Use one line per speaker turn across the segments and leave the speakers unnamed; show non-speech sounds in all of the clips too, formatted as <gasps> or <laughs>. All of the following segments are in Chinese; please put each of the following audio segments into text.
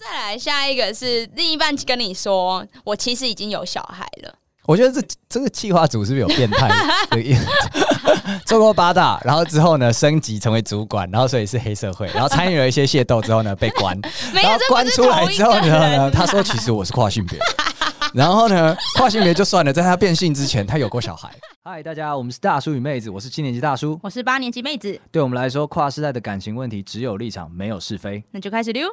来下一个是另一半跟你说，我其实已经有小孩了。
我觉得这这个企划组是不是有变
<laughs>
态？对 <laughs> 做过八大，然后之后呢升级成为主管，然后所以是黑社会，然后参与了一些械斗之后呢被关，
<laughs> 没有
然后
这不
关
是
出来
同一
之后
个
呢，
人
呢他说其实我是
<laughs>
跨性别，然后呢跨性别就算了，在他变性之前他有过小孩。嗨，大家，我们是大叔与妹子，我是七年级大叔。
我是八年级妹子，
对我们来说，跨世代的感情问题只有立场，没有是非。
那就开始溜。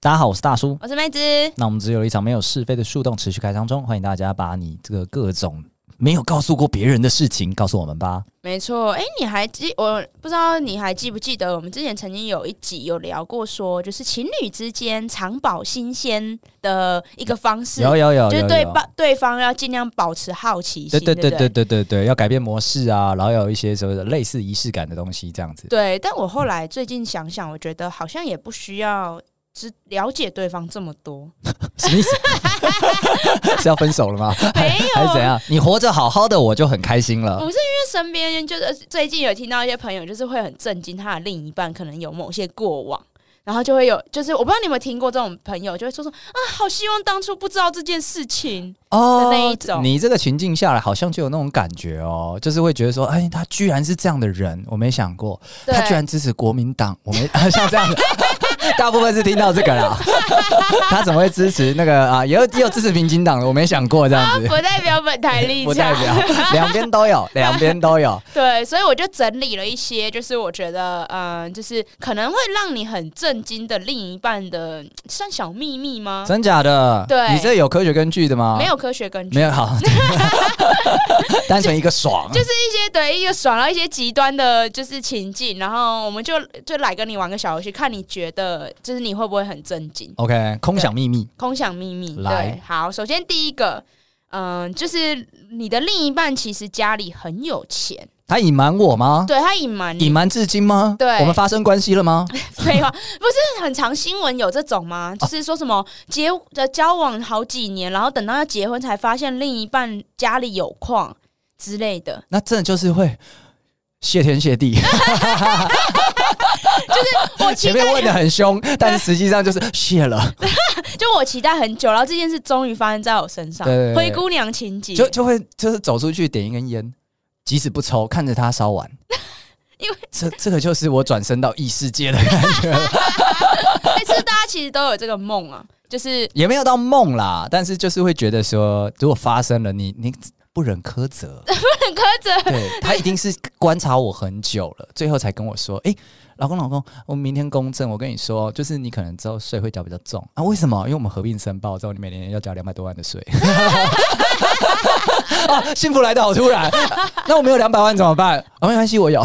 大家好，我是大叔。
我是妹子，
那我们只有一场没有是非的树洞持续开张中，欢迎大家把你这个各种没有告诉过别人的事情告诉我们吧。
没错。哎、你还记？我不知道你还记不记得，我们之前曾经有一集有聊过说就是情侣之间长保新鲜的一个方式，
有有有，
就是
有
对
有
吧？对方要尽量保持好奇心，
对对
对
对
不
对对对对，要改变模式啊，然后有一些什么的类似仪式感的东西，这样子。
对，但我后来最近想想，我觉得好像也不需要知了解对方这么多，
什么意思？是要分手了吗？
<laughs> 没有啊
<laughs> 还是怎样？你活着好好的，我就很开心了。
不是因为身边就是最近有听到一些朋友，就是会很震惊他的另一半可能有某些过往。然后就会有，就是我不知道你有没有听过这种朋友，就会说说啊，好希望当初不知道这件事情。
哦
嗯的那一种
你这个情境下来，好像就有那种感觉哦，就是会觉得说，哎，他居然是这样的人，我没想过，
对
他居然支持国民党，我 <laughs> 没像这样的。大部分是听到这个啦， <laughs> 他怎么会支持那个啊？也有也有支持民进党的，我没想过这样子
不，代表本台立
<laughs> 不代
场，
表两边都
<laughs>
有，两边都有。
对，所以我就整理了一些，就是我觉得，嗯、就是可能会让你很震惊的另一半的算小秘密吗？
真假的？
对
你这有科学根据的吗？
没，有科学根据，
没
<laughs>
有，好，单纯一个爽，
就是一些对一个爽到一些极端的，就是情境，然后我们就就来跟你玩个小游戏，看你觉得就是你会不会很震惊，
OK，空想秘密，
空想秘密。
来
对，好，首先第一个，嗯、就是你的另一半其实家里很有钱，
他隐瞒我吗？
对他隐瞒
隐
你，
瞒至今吗？
对
我们发生关系了吗？
<laughs> 废话，不是很常新闻有这种吗？就是说什么结呃交往好几年，然后等到要结婚才发现另一半家里有矿之类
<laughs>
的，
那真的就是会谢天谢地。
我期
前
待
面问的很凶，但是实际上就是谢了，
就我期待很久，然后这件事终于发生在我身上
对对，对
灰姑娘情节，
就就会就是走出去点一根烟，即使不抽，看着他烧完。
<laughs> 因为
这这个就是我转身到异世界的感觉了，
<laughs> 哎，是不是大家其实都有这个梦啊，就是
也没有到梦啦，但是就是会觉得说，如果发生了，你你不忍苛责，
很苛 <laughs> 责，
对他一定是观察我很久了，最后才跟我说：“诶，老公，老公，我明天公证，我跟你说，就是你可能之后税会缴比较重啊？为什么？因为我们合并申报之后，你每年要缴两百多万的税。 <laughs> 啊，幸福来的好突然。 <laughs> 那我没有两百万怎么办？啊，没关系，我有。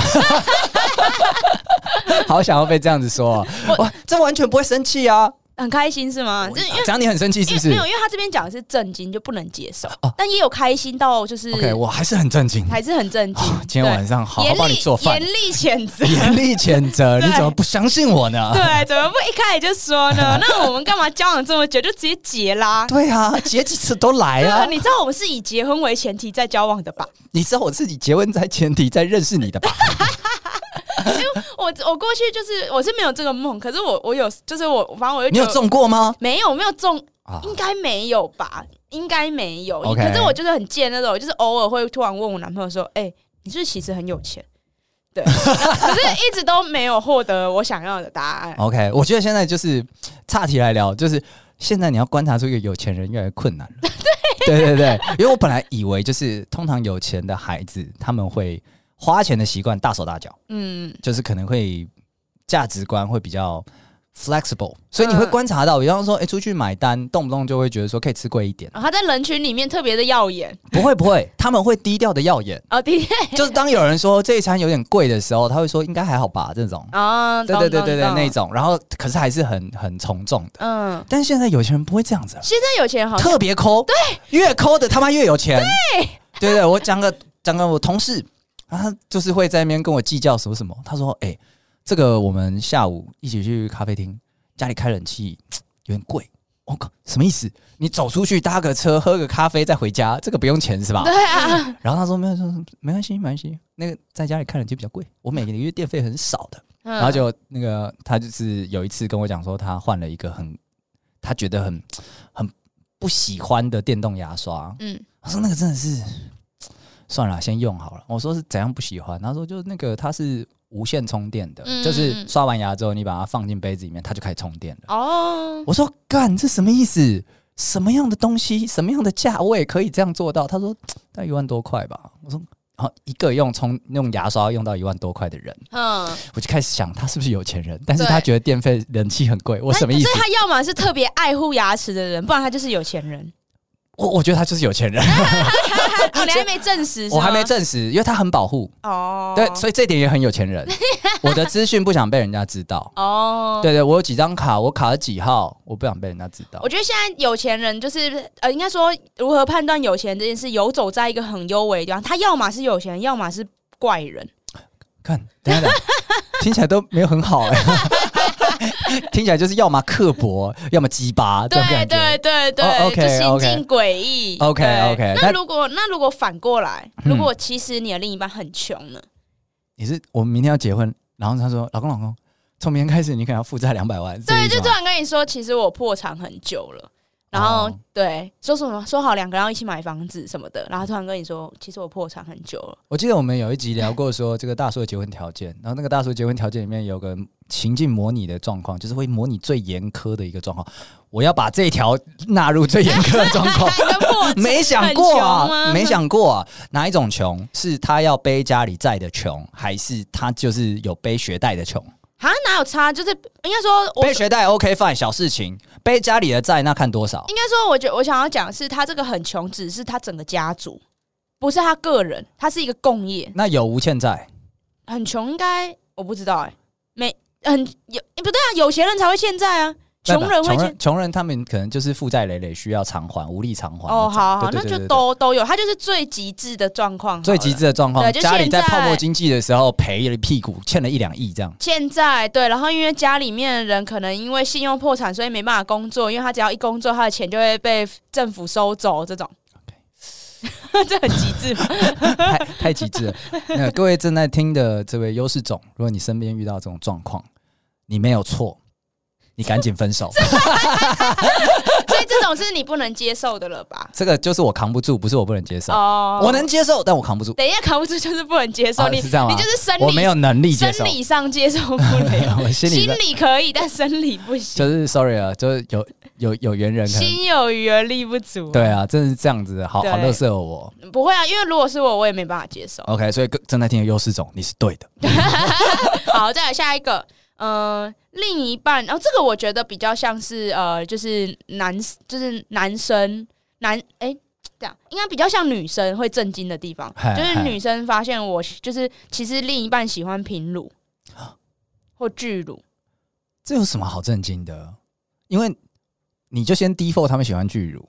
<laughs> 好想要被这样子说、哦，哇，这完全不会生气啊！
很开心是吗？就是因为
只要你很生气，哦啊是
因
不
为没
是
有，因为他这边讲的是震惊，就不能接受
哦，
但也有开心到就是
？OK，我还是很震惊。
还是很震惊。
今天晚上好
对
好帮你做饭
严，厉严厉谴
<laughs>
责。
严厉谴责，
对
你怎么不相信我呢？
对，怎么不一开始就说
<laughs>
呢？那我们干嘛交往这么久就直接结啦？
对啊，结几次都来
对啊， <laughs>
啊！
你知道我们是以结婚为前提在交往的吧？
你知道我自己结婚在前提在认识你的
<laughs>
吧？
我我过去就是我是没有这个梦，可是我我有，就是我反正我就
你
觉
有
得
中过吗？
没有没有中，
啊，
应该没有吧？应该没有。
OK
可是我就是很贱那种，就是偶尔会突然问我男朋友说：“哎、你是不是其实很有钱？”
<laughs>
对，可是一直都没有获得我想要的答案。
OK，我觉得现在就是岔题来聊，就是现在你要观察出一个有钱人越来越困难
<laughs>
了。对对对，因为我本来以为就是通常有钱的孩子他们会花钱的习惯大手大脚，
嗯，
就是可能会价值观会比较 flexible，所以你会观察
嗯
到，比方说，哎、出去买单，动不动就会觉得说可以吃贵一点，
然后他在人群里面特别的耀眼。
不会不
<laughs>
会，他们会低调的耀眼。
哦，的
<laughs>
确
就是当有人说这一餐有点贵的时候，他会说应该还好吧，这种，
啊，
对
懂
对对对对，
懂
那
懂
种，然后可是还是很很从众的。
嗯，
但是现在有钱人不会这样子了，啊
现在有钱人好像
特别抠，对，越抠的他妈越有钱，对对对，我讲个讲个我同事，他就是会在那边跟我计较什么什么，他说，哎、这个我们下午一起去咖啡厅，家里开冷气有点贵，我、靠，什么意思？你走出去搭个车，喝个咖啡，再回家，这个不用钱是吧？
对
<laughs>
啊，
然后他说没有，说没关系，没关系，那个在家里看人机比较贵，我每个月电费很少的。
嗯
然后就那个他就是有一次跟我讲说，他换了一个很他觉得很很不喜欢的电动牙刷，
嗯，
我说那个真的是算了，先用好了。我说是怎样不喜欢？他说就是那个它是无线充电的，
嗯
就是刷完牙之后你把它放进杯子里面，它就开始充电了。
哦，
我说干，这什么意思？什么样的东西，什么样的价位可以这样做到？他说哎大概一万多块吧。我说。然后一个用充用牙刷用到一万多块的人，
嗯，
我就开始想他是不是有钱人？但是
对
他觉得电费人气很贵，我什么意思
所以？他要么哎是特别爱护牙齿的人，不然他就是有钱人。
<laughs> 我我觉得他就是有钱人，
哦，你还没证实是吗？
我还没证实，因为他很保护，
哦，
对，所以这点也很有钱人。我的资讯不想被人家知道，
<laughs> 哦，
对对，我有几张卡，我卡了几号，我不想被人家知道
我。觉得现在有钱人就是呃，应该说如何判断有钱人这件事，游走在一个很优微的地方，他要么是有钱人，要么是怪人。
看，等一下等一下，听起来都没有很好、欸， <laughs> 听起来就是要么刻薄，要么鸡巴这
对
种感
对
觉。
对对，
哦，OK，
就行
OK
径诡异。
OK，
对
OK，
那
那
如果那如果反过来，
嗯
如果其实你的另一半很穷呢？
你是我们明天要结婚，然后他说：“老公，老公，从明天开始你可能要负债两百万。”
对，就
这
突然跟你说，其实我破产很久了。然后、
哦
对说什么说好两个人要一起买房子什么的，然后突然跟你说，其实我破产很久了。，
我记得我们有一集聊过说这个大叔的结婚条件，然后那个大叔结婚条件里面有个情境模拟的状况，就是会模拟最严苛的一个状况。我要把这条纳入最严苛的状况
<laughs> 跟破产
没想过
很穷吗
啊，没想过啊，哪一种穷？是他要背家里债的穷，还是他就是有背学贷的穷？
好像哪有差，就是应该说我
背学贷 OK fine 小事情，背家里的债那看多少
应？该说，我觉得我想要讲的是，他这个很穷，只是他整个家族，不是他个人，他是一个共业，
那有无欠债？
很穷应该我不知道哎、没很有、诶不对啊，有钱人才会欠债啊，穷人会
穷
欠
人。穷人他们可能就是负债累累，需要偿还，无力偿还那种。
哦，好好，
对
那
对
就
对对对
都都有，他就是最极致的状况好了，
最极致的状况，
对就
家里在
现在
泡沫经济的时候赔了屁股，欠了一两亿这样。
欠债对，然后因为家里面的人可能因为信用破产，所以没办法工作，因为他只要一工作，他的钱就会被政府收走，这种。 <laughs> 这很极致嘛？
太 <laughs> 太极致了。那各位正在听的这位优势种，如果你身边遇到这种状况，你没有错，你赶紧分手。
所以这种是你不能接受的了
<laughs>
吧？
<laughs> 这个就是我扛不住，不是我不能接受，
哦
我能接受，但我扛不住。
等一下扛不住就是不能接受，
啊
你
是这样吗
你就是生理
我没有能力接受
生，理上接受不了，
<laughs> 我心里
心里可以，但生理不行，
就是 sorry 啊，就是有有有缘人可能
心有余而力不足。
对，啊，真是这样子，好
对
好乐色哦我。
不会啊，因为如果是我，我也没办法接受。
OK，所以各正在听的优势种，你是对的。
好，再来下一个，呃，另一半，然、后这个我觉得比较像是呃，就是男，就是男生男，哎、这样应该比较像女生会震惊的地方
嗨，
就是女生发现我就是其实另一半喜欢平
<gasps>
乳或巨乳，
这有什么好震惊的？因为你就先 default 他们喜欢巨乳，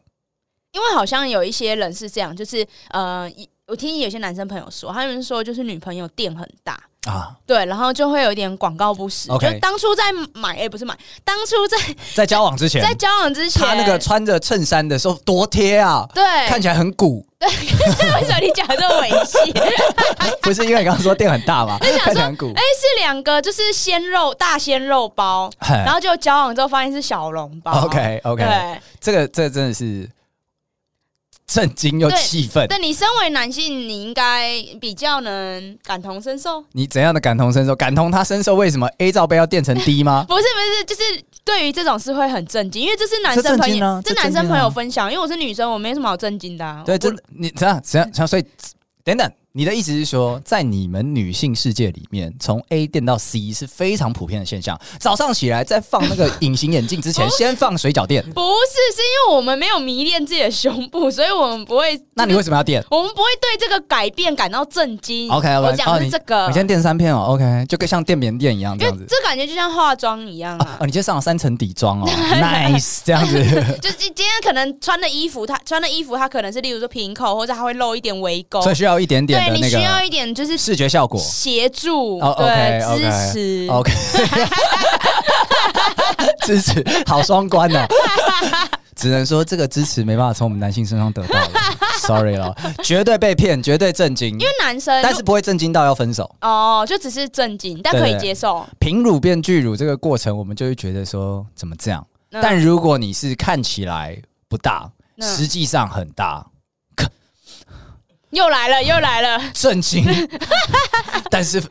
因为好像有一些人是这样，就是呃，一我听有些男生朋友说，他们说就是女朋友店很大，
啊，
对，然后就会有一点广告不实。
OK
就当初在买，哎、不是买，当初在
在交往之前，
在交往之前，
他那个穿着衬衫的时候多贴啊，
对，
看起来很鼓，
<laughs> 为什么你讲得这么猥亵？
<laughs> 不是因为你刚刚说店很大嘛， <laughs> 看起来很鼓
哎、。是两个就是鲜肉大鲜肉包，
哎
然后就交往之后发现是小笼包。
OK OK，
对，
这个这个真的是震惊又
对
气愤。
但你身为男性，你应该比较能感同身受。
你怎样的感同身受？感同他身受为什么 A 罩杯要垫成 D 吗？
<laughs> 不是不是，就是对于这种事会很震惊，因为这是男生
这震
朋
惊
友，
啊
这
这
男生
震惊啊
朋友分享，因为我是女生，我没什么好震惊的、啊。
对，
我
这你怎样怎样怎样？所以等等，你的意思是说，在你们女性世界里面，从 A 垫到 C 是非常普遍的现象。早上起来在放那个隐形眼镜
<laughs>
之
哦
前，先放水饺垫，
不是，是因为我们没有迷恋自己的胸部，所以我们不会。
那你为什么要垫？
我们不会对这个改变感到震惊。
OK，OK，
我讲
哦
的是这个，
你先垫三片哦，OK，就跟像垫棉垫一样这
因
样
为
子。
这感觉就像化妆一样
啊
啊。
<laughs> 哦，你今天上了三层底妆
<laughs>
哦，nice，这样子，
就是今天可能穿的衣服，他穿的衣服，他可能是例如说平口，或者他会露一点围勾，
<laughs> 所以需要一点点
哦对
的
你
那
需要
个
一点就是
视觉效果。
协助，
哦
对 <laughs>
OK，OK，
支持。<laughs>
<laughs> OK，支持，好双关哦。只能说这个支持没办法从我们男性身上得到了，sorry 了，绝对被骗，绝对震惊，
因为男生
但是不会震惊到要分手。
哦，就只是震惊，但
对
可以
对
接受。
平乳变巨乳这个过程，我们就会觉得说怎么这样。
嗯
但如果你是看起来不大，
嗯
实际上很大，
又来了，又来了，
震惊， <laughs> 但是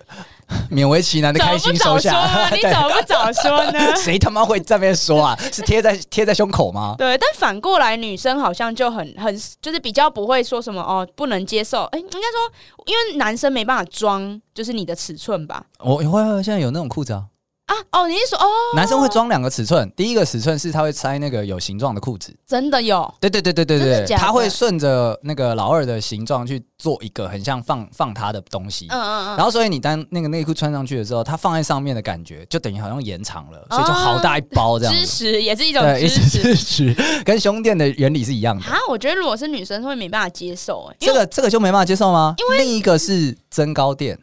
勉为其难的
早
开
不
心收
早说
下 <laughs>
呢？。 <laughs> 你早不早说呢？
谁他妈会在那边说啊？是贴在贴在胸口吗？
对，但反过来，女生好像就很很就是比较不会说什么哦，不能接受。哎、应该说，因为男生没办法装，就是你的尺寸吧？
我会会现在有那种裤子啊，
啊，哦，你是说哦，
男生会装两个尺寸，第一个尺寸是他会拆那个有形状的裤子，
真的有？
对对对对对
真的
对，
假的
他会顺着那个老二的形状去做一个很像放放他的东西，
嗯嗯嗯，
然后，所以你当那个内裤穿上去的时候，它放在上面的感觉，就等于好像延长了，
哦
所以就好大一包这样
支
子。
持也是一种
<laughs> 对，一
支持。
直支持，跟胸垫的原理是一样的。
<laughs> 啊，我觉得如果是女生会没办法接受、哎，因
这
为
个这个就没办法接受吗？因为另一个是增高垫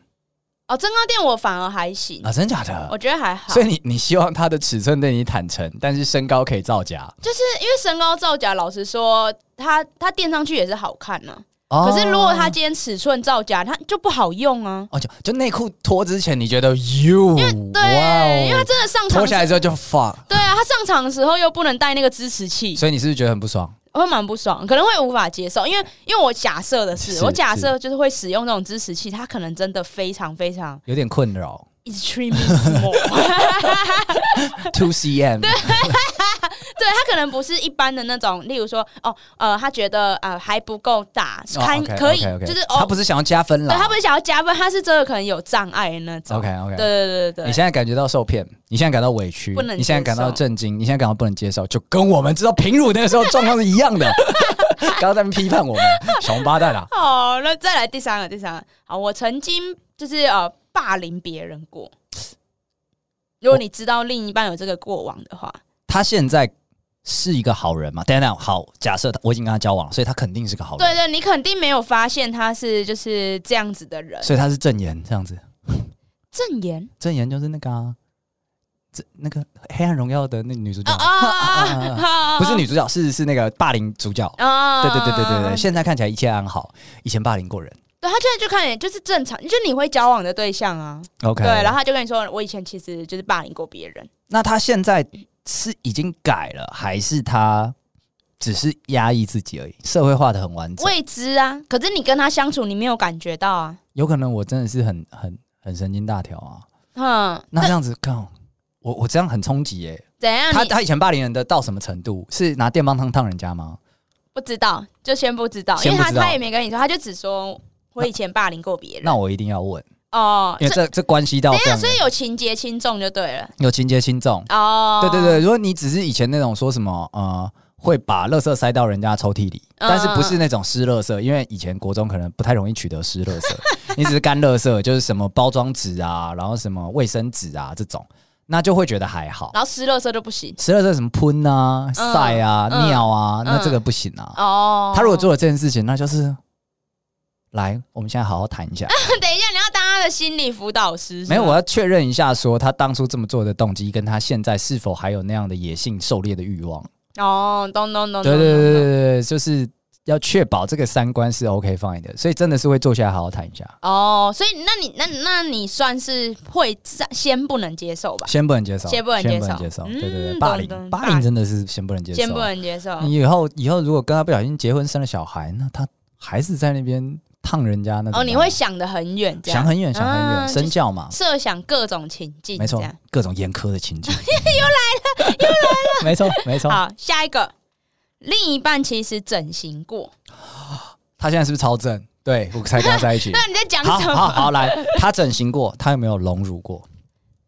哦，增高垫我反而还行，
啊，真假的？
我觉得还哦好
所。以你你希望它的尺寸对你坦诚，但是身高可以造假。
就是因为身高造假，老实说，它它垫上去也是好看呢、
哦
可是如果它今天尺寸造假，它就不好用啊。
哦就就内裤脱之前，你觉得 you
对，因为它真的上场
脱下哦来之后就 fuck，
对啊，他上场的时候又不能带那个支持器，
所以你是不是觉得很不爽？
我会蛮不爽，可能会无法接受，因为因为我假设的是，
是
我假设就是会使用这种支持器，它可能真的非常非常
有点困
<laughs>
扰。
extreme
<laughs>
small，
Two cm，
对他可能不是一般的那种，例如说哦呃，他觉得呃还不够大，
哦
看、
OK，
可以
OK，OK
就是
他
哦，
不是想要加分啦。
对他不是想要加分，他是真的可能有障碍的那种。
OK
对
OK，
对对
你
对对，
现在感觉到受骗，你现在感到委屈，
不能接受
你现在感到震惊，你现在感到不能接受，就跟我们知道平乳那个时候状况是一样
<laughs>
的。刚刚在那边批判我们，小王八蛋啊！
好，那再来第三个，第三个，好，我曾经就是呃霸凌别人过。如果你知道另一半有这个过往的话，
他现在是一个好人嘛？等一下等一下，好，假设他我已经跟他交往了，所以他肯定是个好人，
对对，你肯定没有发现他是就是这样子的人。
所以他是正言这样子。
正
<laughs>
言
正言就是那个、啊，这那个《黑暗荣耀》的那个女主角，
啊啊啊！
<laughs> 不是女主角，是是那个霸凌主角。
啊！
对对对对对对，，现在看起来一切安好，以前霸凌过人。
对他现在就看你就是正常，就你会交往的对象啊。
OK，
对，然后他就跟你说，我以前其实就是霸凌过别人。
那他现在是已经改了，还是他只是压抑自己而已？社会化的很完整，
未知啊，可是你跟他相处，你没有感觉到啊。
有可能我真的是很很很神经大条啊。
嗯，
那这样子，看我我这样很冲击耶。
怎样
他
你
他以前霸凌人的到什么程度？是拿电棒烫烫人家吗？
不知道，就先不知道，因
先
为
不
他
知道
他也没跟你说，他就只说我以前霸凌过别人。
<laughs> 那我一定要问，
哦，
因为这这关系到非常
所以有情节轻重就对了。
有情节轻重。
哦，
对对对，如果你只是以前那种说什么呃。会把垃圾塞到人家抽屉里，
嗯
但是不是那种湿垃圾，因为以前国中可能不太容易取得湿垃
<laughs>
圾，你只是干垃圾，就是什么包装纸啊，然后什么卫生纸啊这种，那就会觉得还好。
然后湿热色就不行。
湿垃圾什么喷啊、晒啊、
嗯
尿啊，那
嗯
这个不行啊。
哦，
他如果做了这件事情，那就是来，我们现在好好谈
<laughs>
一下。
<laughs> 等一下，你要当他的心理辅导师？是吗
没有，我要确认一下，说他当初这么做的动机，跟他现在是否还有那样的野性狩猎的欲望。
哦，懂懂懂，
对
懂
对对，
懂懂
对对，就是要确保这个三观是 OK fine 的，所以真的是会坐下来好好谈一下，
哦，所以那你那那你算是会在先不能接受吧？
先不能接受，
先不能接受嗯
对对对，
懂
霸
懂
凌
霸
霸
凌
凌真的是先不能接受，
先不能接受，
你以后以后如果跟他不小心结婚生了小孩，那他还是在那边烫人家那
哦，你会想得很远，这样
想很远，想很远，
嗯
身教嘛，
设想各种情境，
没错
这样，
各种严苛的情 <laughs> 景，又来了，又来了， <laughs> 没错没错，
好，下一个，另一半其实整形过，
他现在是不是超正？对我才跟他在一 <laughs> 起。
那你在讲
好
什
好
么？
好，来，他整形过，他有没有隆乳过？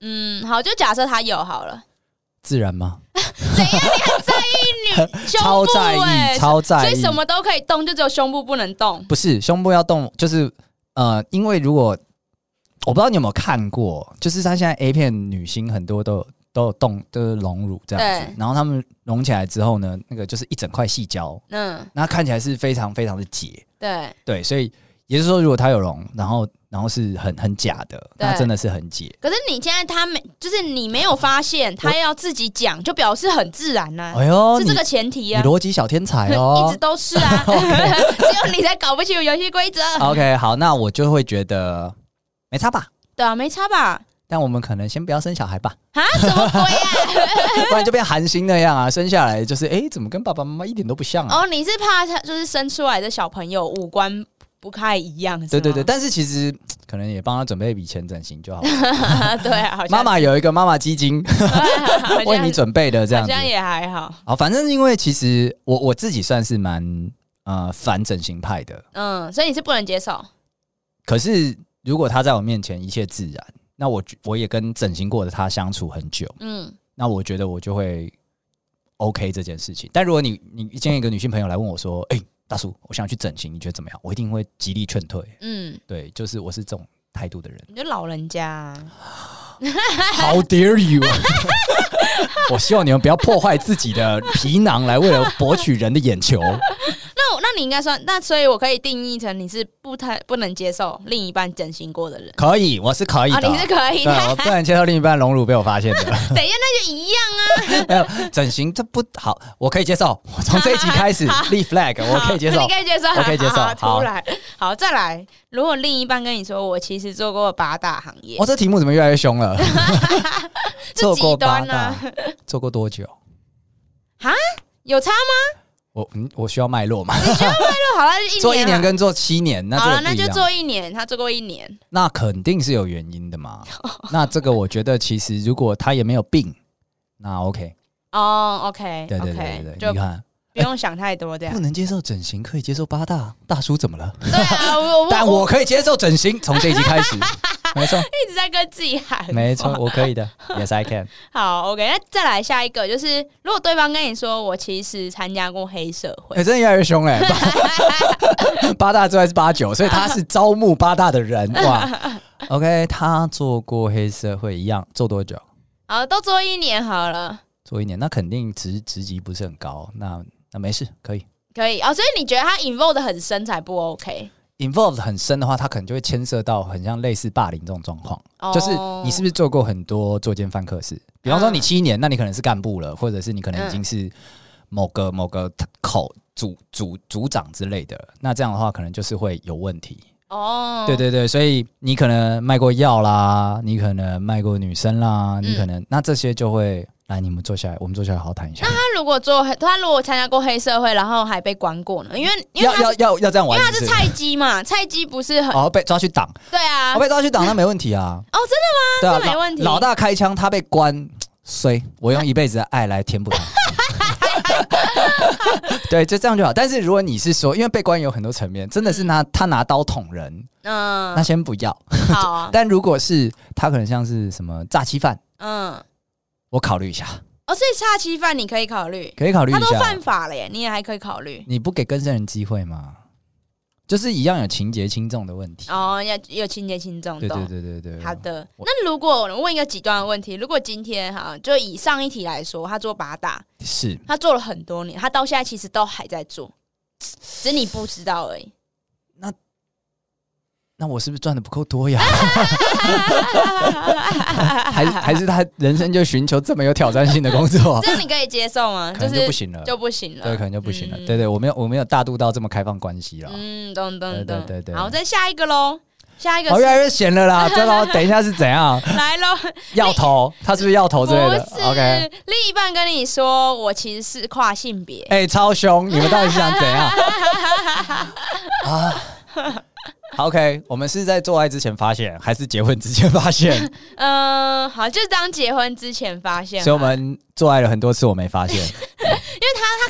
嗯，好，就假设他有好了，
自然吗？
怎样？你很在意女胸
超
部
在
欸
意，超在
所
意。
以什么都可以动，就只有胸部不能动。
不是胸部要动，就是呃，因为如果我不知道你有没有看过，就是他现在 A 片女星很多都有都有动，都、是隆乳这样子
对，
然后他们隆起来之后呢，那个就是一整块细胶，
嗯，
那看起来是非常非常的解，
对，
对，所以也就是说，如果他有隆，然后然后是很很假的，
对
那真的是很解。
可是你现在他没，就是你没有发现，他要自己讲，就表示很自然呐、
哎呦，
是
你
这个前提
你
啊，
逻辑小天才
<laughs> 一
哦
直。都是
<laughs>
啊，只有你才搞不清楚游戏规则。
OK，好，那我就会觉得没差吧。
对啊，没差吧？
但我们可能先不要生小孩吧，
啊，什么鬼
<laughs>
啊？
不然就变韩星那样啊，生下来就是哎、诶怎么跟爸爸妈妈一点都不像啊？
哦，你是怕他就是生出来的小朋友五官不太一样？是吗
对对对，，但是其实可能也帮他准备一笔钱整形就好了。
<laughs> 对啊，好像
妈妈有一个妈妈基金
<laughs> 好
为
像
你准备的这样
好
子。
像也还好，
好，反正因为其实我我自己算是蛮呃反整形派的，
嗯，所以你是不能接受，
可是如果他在我面前一切自然，那我觉我也跟整形过的他相处很久，
嗯，
那我觉得我就会 OK 这件事情。但如果你你今天有一个女性朋友来问我说，哎、大叔，我想去整形，你觉得怎么样？我一定会极力劝退。
嗯，
对，就是我是这种态度
<laughs>
的人。
你就老人家啊，哎
How dare you！我希望你们不要破坏自己的皮囊，来为了博取人的眼球。 <laughs>
那我那你应该算，那所以我可以定义成你是不太不能接受另一半整形过的人
可以，我是可以
啊，
的。
你是可以
对，我
的。
不能接受另一半隆乳被我发
<laughs>
现的。
等一下，那就一样啊，
没有整形这不好，我可以接受。我从这一集开始立 flag，我可以接受
啊你。可以接受，
我可以接受
好好
好
突然，好，再来。如果另一半跟你说，我其实做过八大行业
我、，哦这题目怎么越来越凶了？
<laughs> 这
做
极
过八
端
大
啊，，
做过多久？
有差吗？
我嗯，我需要脉络嘛？
那好了，一年
做一年
啊
跟做七年，那
好了，
这个
那
不一
就
样。
做一年，他做过一年，
那肯定是有原因
<laughs>
的嘛。那这个我觉得，其实如果他也没有病，那 OK。
哦，OK，OK，
对对对对对，
就
你看，
不用想太多这样
不。能接受整形，可以接受八大大叔怎么了？
对
<laughs>
啊， <laughs> 我我
但
我
我可以接受整形，从这一集开始，没
<laughs>
错，
一直在跟自己喊，
没错，。我可以的，Yes I can。
<laughs> 好，OK，那再来下一个，就是如果对方跟你说我其实参加过黑社会，
哎，真的越来
<laughs>
越凶嘞！八八大之外是八九，所以他是招募八大的人哇。OK，他做过黑社会一样，做多久？
好，都做一年好了，
做一年，那肯定职职级不是很高，那那没事，可以。
可以哦。所以你觉得他 involve 的很深才不 OK？
involved 很深的话，他可能就会牵涉到很像类似霸凌这种状况，
哦
就是你是不是做过很多作奸犯科事？比方说
嗯
你七年，那你可能是干部了，或者是你可能已经是某个某个口组组组长之类的，那这样的话可能就是会有问题。
哦，
对对对，所以你可能卖过药啦，你可能卖过女生啦，
嗯
你可能、那这些就会来你们坐下来，我们坐下来好好谈一下。
他如果做他如果参加过黑社会，然后还被关过呢，因为因为
要
他
要要要这样
因
玩
为他
是
是
不是
菜鸡嘛，菜鸡不是很
哦，被抓去挡，
对啊
我、，被抓去挡那没问题啊。
哦，真
对啊，
这没
老
问题
老大开枪，他被关，衰，我用一辈子的爱来填补
<laughs>
他。对，就这样就好。但是如果你是说，因为被关有很多层面，真的是拿他拿刀捅人，
的
<laughs> 那先不要。
嗯，好啊，
但如果是他可能像是什么诈欺犯，
嗯，
我考虑一下，
哦，所以诈欺犯你可以考虑，
可以考虑
他
一
都
下
犯。法了耶，你也还可以考虑。
你不给更生人机会吗？就是一样有情节轻重的问题。
哦，要有情节轻重，
对对
懂
对对对。
好的，
我
那如果我问一个极端的问题，如果今天哈，就以上一题来说，他做八大，
是
他做了很多年，他到现在其实都还在做，只是你不知道而
<laughs>
已。
那我是不是赚的不够多呀？
<laughs>，
还是还是他人生就寻求这么有挑战性的工作
这你可以接受吗？
可
就
能就是不行了，
就不行了，
对，可能就不行了。
嗯
对对，我没有我没有大度到这么开放关系了。
嗯，懂懂
对
懂，
对对对
好，再下一个喽，下一个
我
是
越来越闲了啦，这道等一下是怎
<laughs>
样
来喽，
要头？他是不是要头之类的
不是
？OK，
另一半跟你说我其实是跨性别，
哎、超凶！你们到底是想怎
<laughs>
样啊？好 OK，我们是在做爱之前发现，还是结婚之前发
<laughs>
现？
嗯，好，就是当结婚之前发现好了，
所以我们做爱了很多次，我没发现。
<laughs> 他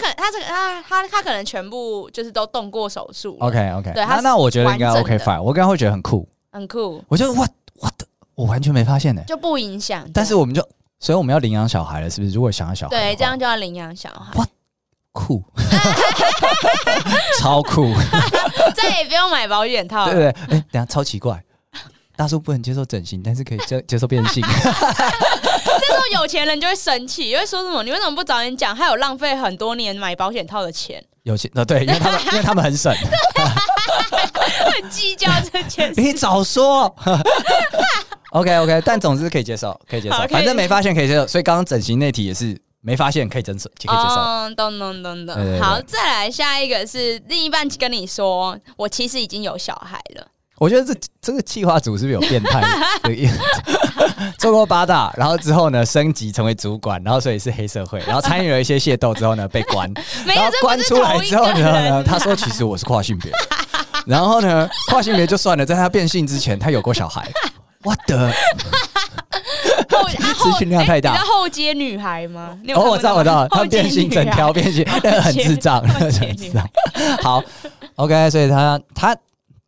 可他这个他他他可能全部就是都动过手术
OK OK，
对它
那
是
那我觉得应该
完整
OK
的
fine，我刚刚会觉得很酷，
很酷，
我就哇哇的，我完全没发现呢、
就不影响。
但是我们就，所以我们要领养小孩了，是不是？如果想要小孩的话，
对这样就要领养小孩， <laughs>
酷， <laughs> 超酷，
再也不用买保险套
对
了。
对对，哎、等一下超奇怪。大叔不能接受整形，但是可以接接受变性。 <laughs>
这种有钱人就会生气，就会说什么：“你为什么不早点讲？害我浪费很多年买保险套的钱。 <laughs>
哦有些呃，对，因为他们因为他们很省，
很计较这件
<laughs>
事。
你早说。OK OK，但总之可以接受，可以接受
好，可以
反正没发现可以接受，所以刚刚整形那题也是没发现可以接受，可以接受。
嗯，懂懂懂
对对
懂。
对
好，再来下一个是另一半跟你说，我其实已经有小孩
<laughs>
了。
我觉得这这个企划组是不是有变
<laughs>
态？对 <laughs> 做过八大，然后之后呢升级成为主管，然后所以是黑社会，然后参与了一些械斗之后呢被关，
<laughs> 没有
然后，
这
关
不是
出来
同一
之
个
后呢，
人。
<laughs> 他说其实我是跨性别，然后
<laughs>
呢跨性别就算了，在他变性之前他有过小孩，我的
后他后
资讯量太大
哎你知道后街女孩吗？你有
哦，
看
我
过
知道，我
<laughs>
知道，
那
他
个
们
吗
变性整条。
<laughs>
变性，那个很智障，那
后
个
街
很智
女
障。 <laughs> 好，OK，所以他他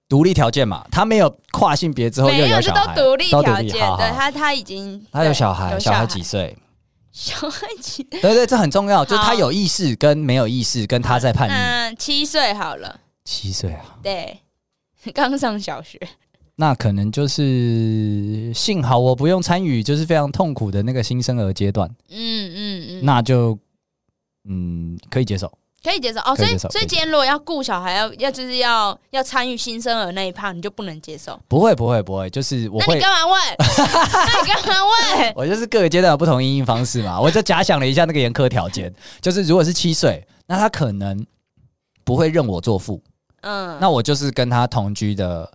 独立条件嘛，他没有跨性别之后
后街女
又
孩没有，这
小
都
孩，
独立条件。
好好
对他，他已经
他有小孩，
有
小
小
孩几？岁？
<laughs>
<laughs>
小孩几？
对对，这很重要，就是他
好
有意识跟没有意识，跟他在叛逆。
嗯，七岁好了，
七岁啊，
对， <laughs> 刚上小学。
那可能就是幸好我不用参与，就是非常痛苦的那个新生儿阶段，
嗯嗯嗯，
那就嗯可以接受。
可以接受哦。
可
所
以
以
接受
所
可
以
以接
今天如果要顾小孩，要要就是要要参与新生儿那一趴，你就不能接受。
不会不会不会，就是我
那
会
你干嘛
<laughs>
问？那你干嘛问？
我就是各个阶段有不同应用方式嘛，我就假想了一下那个严苛条件，就是如果是七岁，那他可能不会认我做父，
嗯，
那我就是跟他同居的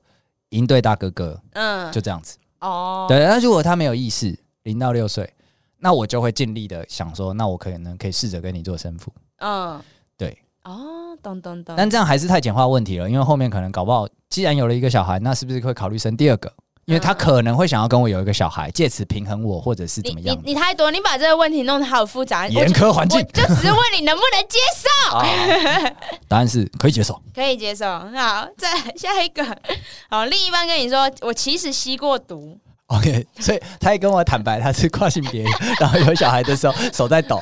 营队大哥哥，
嗯
就这样子。
哦，
对，那如果他没有意识，零到六岁，那我就会尽力的想说，那我可能可以试着跟你做生父，
嗯，
对，
哦，懂懂懂。
但这样还是太简化问题了，因为后面可能搞不好，既然有了一个小孩，那是不是会考虑生第二个？因为他
嗯
可能会想要跟我有一个小孩，借此平衡我，或者是
你
怎么
你
样的？
嗯你太多，你把这个问题弄得好复杂。我
严
就
苛环
我
境，
就只是问你能不能接受，
啊，答案是可以接受。
可以接受。好，再来下一个。好，另一半跟你说，我其实吸过毒，
OK，所以他也跟我坦白他是跨性别，然后有小孩的时候手在抖。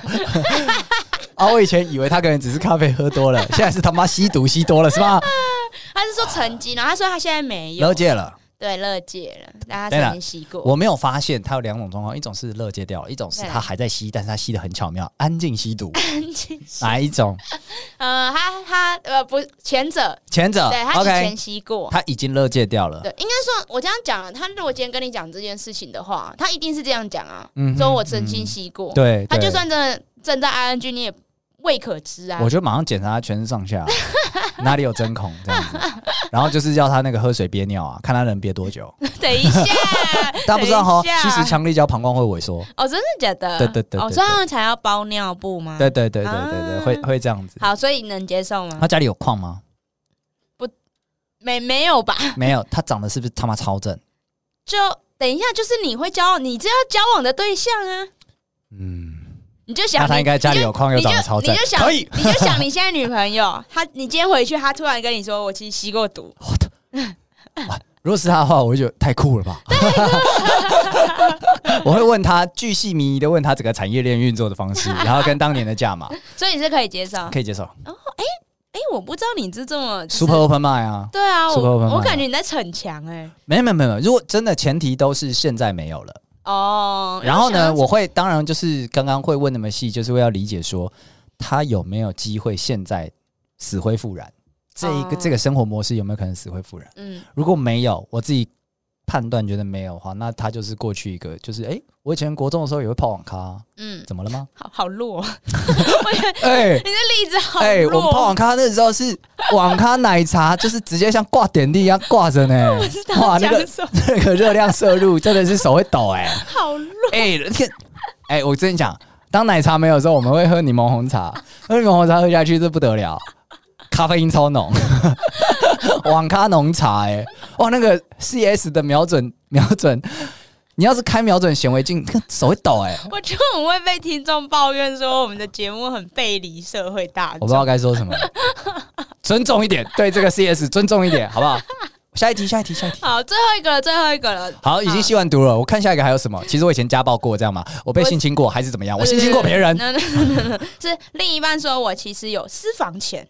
<laughs> 啊，我以前以为他可能只是咖啡喝多了，现在是他妈吸毒吸多了是吧？
他是说曾经，然后他说他现在没有
了，解了，
对，乐戒了，但他
对了
曾经吸过。
我没有发现他有两种状况，一种是乐戒掉了，一种是他还在吸，但是他吸的很巧妙，安静吸
<laughs>
毒，哪一种？
呃，他他呃不前者，
前者
对他以前
啊，OK，
吸过。
他已经乐戒掉了，
对，应该说，我这样讲啊，他如果今天跟你讲这件事情的话，他一定是这样讲啊，
嗯哼嗯
说我曾经吸过。
对，
他
对
就算真的正在 ing，你也未可知啊。
我就马上检查他全身上下啊哪里有针孔这样子，然后就是要他那个喝水憋尿啊，看他能憋多
<laughs>
久。，
<laughs> 等一下
<laughs> 大家不知道哈，
等一下
吸食强力胶膀胱会萎缩。
哦，真的假的？
对对对
哦，
对
所以他们才要包尿布吗？
对。对对对对对，啊
啊
会会这样子。
好，所以能接受吗
他？家里有矿吗？
没没有吧？
没有，他长得是不是他妈超正？
就等一下，就是你会交往，你这要交往的对象啊，
嗯，
你就想
那他
你
应该家里有矿又
你就
长得超正
你就，想
可以。
你就想你现在女朋友， <laughs> 她你今天回去，她突然跟你说我其实吸过
<laughs>
毒，
如果是他的话，我会觉得太酷了吧。 <laughs> 我会问他巨细靡遗的问他整个产业链运作的
<laughs>
方式，然后跟当年的价码
所以你是可以接受。
可以接受。
哎、我不知道你是这么就是
Super Open Mind 啊，
对啊，
Super
我
open mind
我感觉你在逞强哎、
没有没有没有，如果真的前提都是现在没有了。
哦。
然后呢，
想要
我会当然就是刚刚会问那么细，就是为了理解说他有没有机会现在死灰复燃，这一个、
哦
这个生活模式有没有可能死灰复燃？
嗯
如果没有，我自己判断觉得没有的话，那他就是过去一个就是哎、诶我以前国中的时候也会泡网咖啊，
嗯，？
怎么了吗
好好
<laughs>
弱，
哎、
你的例子好弱。
哎、我们泡
<laughs>
网咖那时候是网咖奶茶，就是直接像挂点滴一样挂着
<laughs>
呢。
不知道
哇那
讲
个
什么，
那个热量摄入真的是手会抖
<laughs>
哎、
好弱。
哎、天，哎、我跟你讲，当奶茶没有的时候，我们会喝柠檬红茶，喝柠檬红茶喝下去这不得了，咖啡因超浓， <laughs> 网咖浓茶、哎，哇，那个 CS 的瞄准瞄准，你要是开瞄准显微镜，手会抖、哎，
<laughs> 我就很会被听众抱怨说我们的节目很背离社会大
我不知道
众。
该
<laughs>
说什么，尊重一点，对这个 CS 尊重一点，好不好？下一题，下一题，下一题。
好，最后一个了，最后一个了。
好，已经吸完毒了。我看下一个还有什么？其实我以前家暴过，这样嘛，我被
我
性侵过还是怎么样？我性侵过别人
那。那那那那呃 <laughs> 是另一半说我其实有私房钱，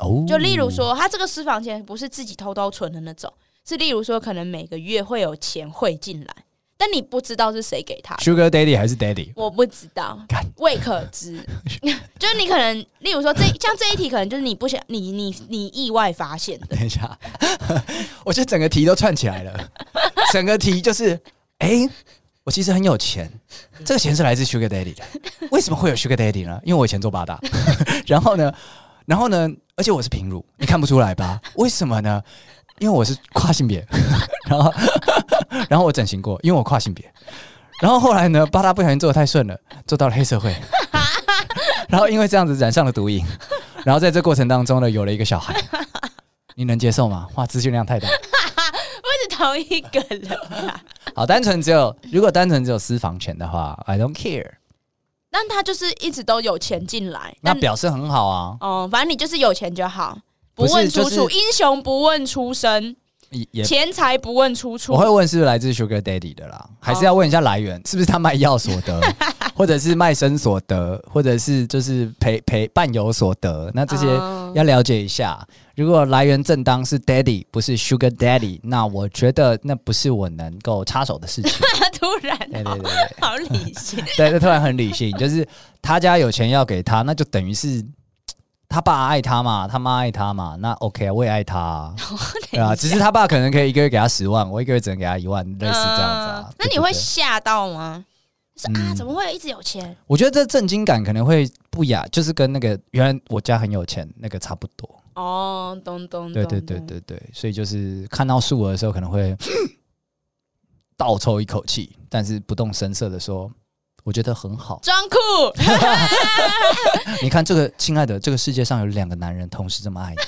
哦
就例如说他这个私房钱不是自己偷偷存的那种，是例如说可能每个月会有钱汇进来。但你不知道是谁给
<laughs>
他的，
Sugar Daddy 还是 Daddy？
我不知道
干，
未可知。 <laughs> 就是你可能，例如说这像这一题，可能就是你不想你你你意外发现 <laughs> 的，
等一下， <laughs> 我觉得整个题都串起来了，整个题就是，哎、我其实很有钱，这个钱是来自 Sugar Daddy 的，为什么会有 Sugar Daddy 呢？因为我以前做八大， <laughs> 然后呢，然后呢，而且我是平乳，你看不出来吧？为什么呢？因为我是跨性别， <laughs> 然后然后我整形过，因为我跨性别，然后后来呢，八大不小心做的太顺了，做到了黑社会，然后因为这样子染上了毒瘾，然后在这过程当中呢，有了一个小孩。你能接受吗？哇，资讯量
<laughs>
太大。
不是同一个人啊。
好，单纯只有如果单纯只有私房钱的话，I don't care，
但他就是一直都有钱进来，
那
但
表示很好啊，
哦、反正你就是有钱就好，不
不是
问出处，
就是
英雄不问出身，
也也
钱财不问出处
我。会问是不是来自 Sugar Daddy 的啦，还是要问一下来源，是不是他卖药所
<laughs>
得，或者是卖身所得，或者是就是陪陪伴游所得，那这些
哦
要了解一下。如果来源正当是 Daddy，不是 Sugar Daddy，那我觉得那不是我能够插手的事情。
他突然
对
好
对对对。
好理性，
对，这突然很理性，就是他家有钱要给他，那就等于是他爸爱他嘛，他妈爱他嘛，那 OK 啊，我也爱他、啊， <laughs> 对啊，只是他爸可能可以一个月给他十万，我一个月只能给他一万，类似这样子啊。
嗯那你
对不嗯
会
对
吓到吗？是啊，怎么会一直有钱？
我觉得这震惊感可能会不雅，就是跟那个原来我家很有钱那个差不多。
哦，咚咚，
对对
咚
对
咚
对对，所以就是看到数额的时候可能会倒抽一口气，但是不动声色的说，我觉得很好。
装酷， <laughs>
你看这个，亲爱的，这个世界上有两个男人同时这么爱你，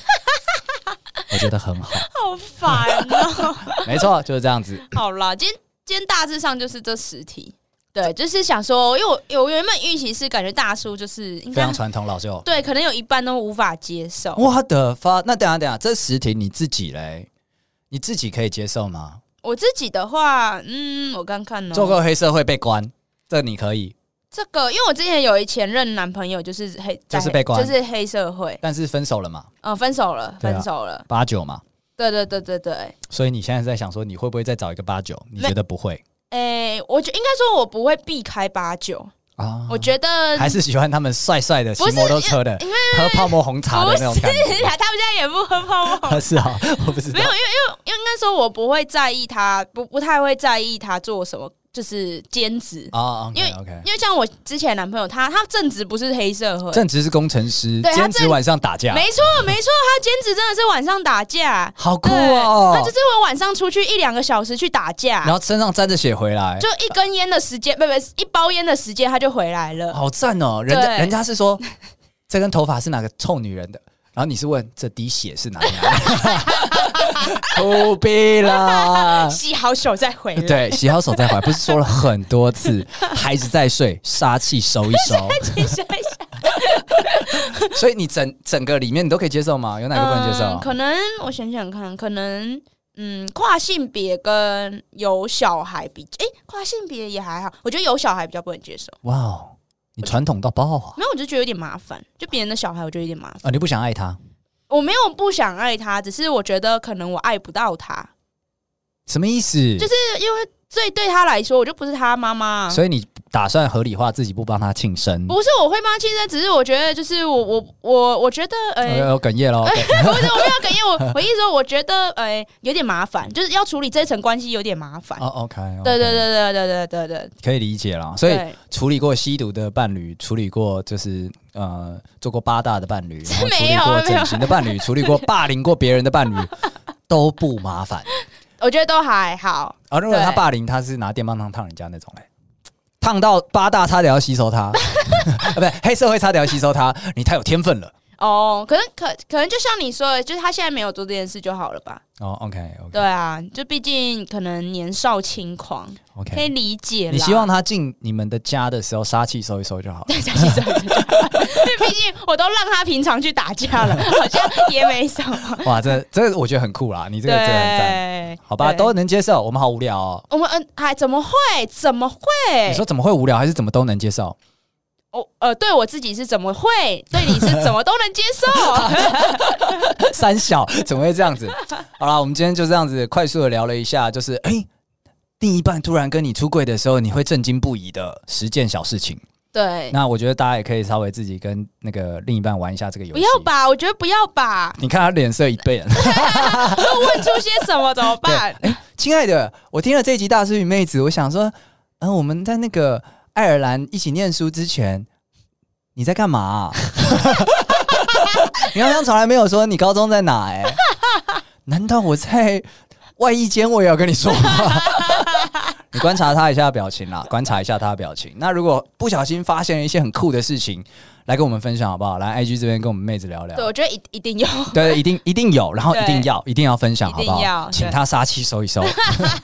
我觉得很好。
好烦哦。 <laughs>
没错，就是这样子。
好啦，今天今天大致上就是这十题。对，就是想说，因为我有原本预期是感觉大叔就是应
非
该
常传统老师哦。
对，可能有一半都无法接受。
我的发，那等一下等一下，这十题你自己嘞，你自己可以接受吗？
我自己的话，嗯，我刚看了
做过黑社会被关，这你可以，
这个，因为我之前有一前任男朋友就是黑，在
就是被关
就是黑社会，
但是分手了嘛，
嗯，分手了，
对啊
分手了，
八九嘛，
对对对对对。
所以你现在在想说你会不会再找一个八九？你觉得不会
诶、我觉应该说，我不会避开八九，
啊？
我觉得
还是喜欢他们帅帅的，骑
不是
摩托车的，喝泡沫红茶的那种感
不是 <laughs> 啦，他们家也不喝泡沫，
<laughs> 觉。是啊，我不知道
没有，因。为因为应该说，我不会在意他，不不太会在意他做什么，就是兼职。
啊
因为
，OK OK。
因为像我之前的男朋友，他他正职不是黑社会，
正职是工程师，
对他
兼职
正
晚上打架，
没错没错，他兼职真的是晚上打架，
好酷
对，
哦
他！就是会晚上出去一两个小时去打架
然，后身上沾着血回来，
就一根烟的时间，不不，一包烟的时间他就回来了。
好赞哦！人家
对
人家是说这根头发是哪个臭女人的，然后你是问这滴血是哪里来的？
<laughs>
酷毙啦！
啊呃洗好手再回来，
对，洗好手再回来，不是说了很多
<laughs>
次，孩子在睡，杀气收一收。
其实还是
所以你整整个里面你都可以接受吗？有哪个不能接
嗯可
受？
能我想想看，可能嗯，跨性别跟有小孩比，诶，跨性别也还好，我觉得有小孩比较不能接受。
哇哦，你传统到爆啊！
没有，我就觉得有点麻烦，就别人的小孩，我觉得有点麻烦。
啊，你不想爱他？
我没有不想爱他，只是我觉得可能我爱不到他，
什么意思？
就是因为这对他来说，我就不是他妈妈啊。
所以你打算合理化自己不帮他庆生？
不是我会帮他庆生，只是我觉得就是我我我我觉得呃，
我有哽咽喽。
不是我没有哽咽，我我意思说我觉得呃有点麻烦，就是要处理这层关系有点麻烦。
<laughs> 哦，OK，
<laughs> 对对，对对对对对对，
可以理解了。所以
对
处理过吸毒的伴侣，处理过就是呃做过八大的伴侣，然后处
没
理
有
过
没有
整形的伴侣，处理过霸凌过别人的伴侣，都不麻
<laughs>
烦。
我觉得都还好。
而如果
对
他霸凌，他是拿电棒烫烫人家那种、欸，烫到八大差点要吸收他，啊， <laughs> 不对，黑社会差点要吸收他，你太有天分了。
哦，可能可可能就像你说的，就是他现在没有做这件事就好了吧？
哦，OK
对
OK
啊，就毕竟可能年少轻狂，可以
OK，
理解啦。
你
<laughs>
希望他进你们的家的时候杀气收一收就好了。
对，才是真的。因为毕竟我都让他平常去打架了，好像也没什么。
哇，这这个我觉得很酷啦， <laughs> 你这
对，
个真的很赞。好吧，
对
都能接受。我们好无聊哦。
我们嗯，还怎么会？怎么
你
会？
说怎么会无聊，还是怎么都能
<laughs>
接受？
哦，呃，对我自己是怎么会？对你是怎么都能接
<laughs>
受？
三小怎么会这样子？好啦，我们今天就这样子快速的聊了一下，就是哎、另一半突然跟你出柜的时候，你会震惊不已的十件小事情。
对，
那我觉得大家也可以稍微自己跟那个另一半玩一下这个游
不
戏。
要！吧，我觉得不要吧，
你看他脸色一变。
问出些什么怎么
<laughs>
办？
亲爱的，我听了这一集大叔与妹子，我想说，嗯、我们在那个爱尔兰一起念书之前，你在干嘛啊、你好像从来没有说你高中在哪哎、难道我在外衣间我也要跟你说吗？你观察他一下表情啦，观察一下他的表情。那如果不小心发现了一些很酷的事情，来跟我们分享好不好？来 IG 这边跟我们妹子聊聊
对，。我觉得一一定
<laughs>
要。
对，一定一定有，然后
对
一定要一定要分享，好不
一定要
好？
对
请他杀气
<laughs>
收一收。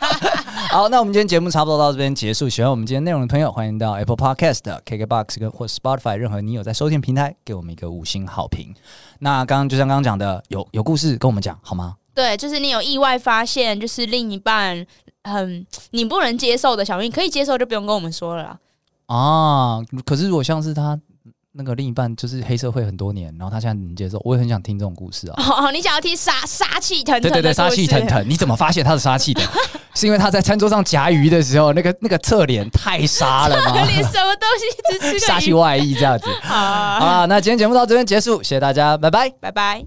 <laughs> 好，那我们今天节目差不多到这边结束。喜欢我们今天内容的朋友，欢迎到 Apple Podcast、KKBox 跟或 Spotify 任何你有在收听平台，给我们一个五星好评。那刚刚就像刚刚讲的，有有故事跟我们讲好吗？
对，就是你有意外发现，就是另一半很你不能接受的小秘密，可以接受就不用跟我们说了啦。
啊，可是如果像是他那个另一半就是黑社会很多年，然后他现在能接受，我也很想听这种故事啊。
哦，哦你想要听杀杀气腾腾的
对对对，杀气
故事 <laughs>
腾。腾， <laughs> 你怎么发现他是杀气的？是因为他在餐桌上夹鱼的时候，那个那个侧脸太杀了吗？
连什么东西只吃个
<laughs> 杀气
鱼
外溢这样子。
好
好啦，那今天节目到这边结束，谢谢大家，拜拜。
拜拜。